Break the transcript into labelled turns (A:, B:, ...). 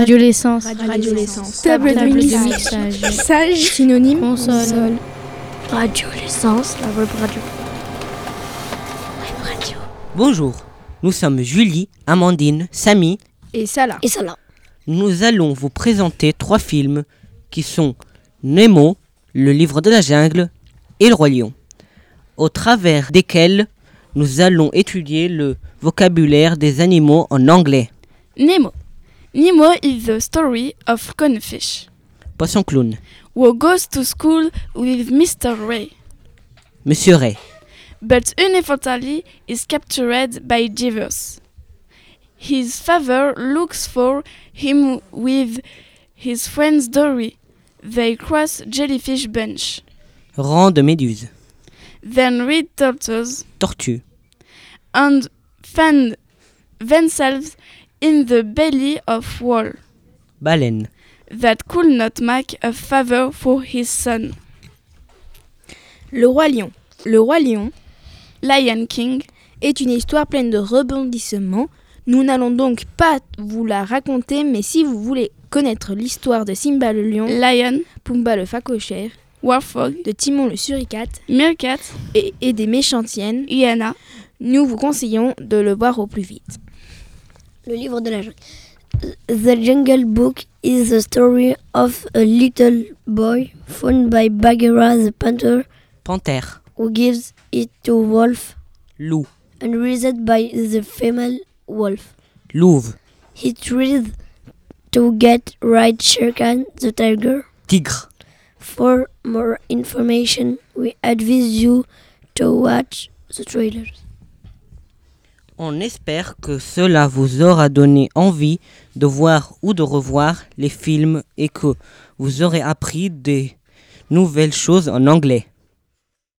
A: Radiolescence.
B: Radiolescence.
A: Table de
B: mixage.
A: mixage.
B: Sage. Synonyme.
A: Console.
C: Radiolescence, la web radio. Web radio.
D: Bonjour, nous sommes Julie, Amandine, Samy.
B: Et ça là.
C: Et ça là.
D: Nous allons vous présenter trois films qui sont Nemo, Le livre de la jungle et Le roi lion, au travers desquels nous allons étudier le vocabulaire des animaux en anglais.
E: Nemo. Nemo is the story of Conefish,
D: Poisson clown,
E: who goes to school with Mr. Ray,
D: Monsieur Ray,
E: but unfortunately is captured by Jeeves. His father looks for him with his friends Dory. They cross Jellyfish Bunch,
D: rang de méduse,
E: then read turtles,
D: tortue,
E: and find themselves in the belly of whale
D: baleine,
E: that could not make a favor for his son.
B: Le roi lion. Le roi lion
E: Lion King,
B: est une histoire pleine de rebondissements. Nous n'allons donc pas vous la raconter, mais si vous voulez connaître l'histoire de Simba le lion,
E: Lion,
B: Pumba le phacochère,
E: Warthog,
B: de Timon le suricate
E: Meerkat,
B: et, et des méchantes hyènes,
E: Hyena,
B: nous vous conseillons de le voir au plus vite.
C: Le livre de la jungle. The Jungle Book is the story of a little boy found by Bagheera the Panther
D: panthère,
C: who gives it to a wolf
D: loup,
C: and raised by the female wolf.
D: louve,
C: He tries to get right Sherkan the tiger.
D: tigre,
C: For more information, we advise you to watch the trailers.
D: On espère que cela vous aura donné envie de voir ou de revoir les films et que vous aurez appris des nouvelles choses en anglais.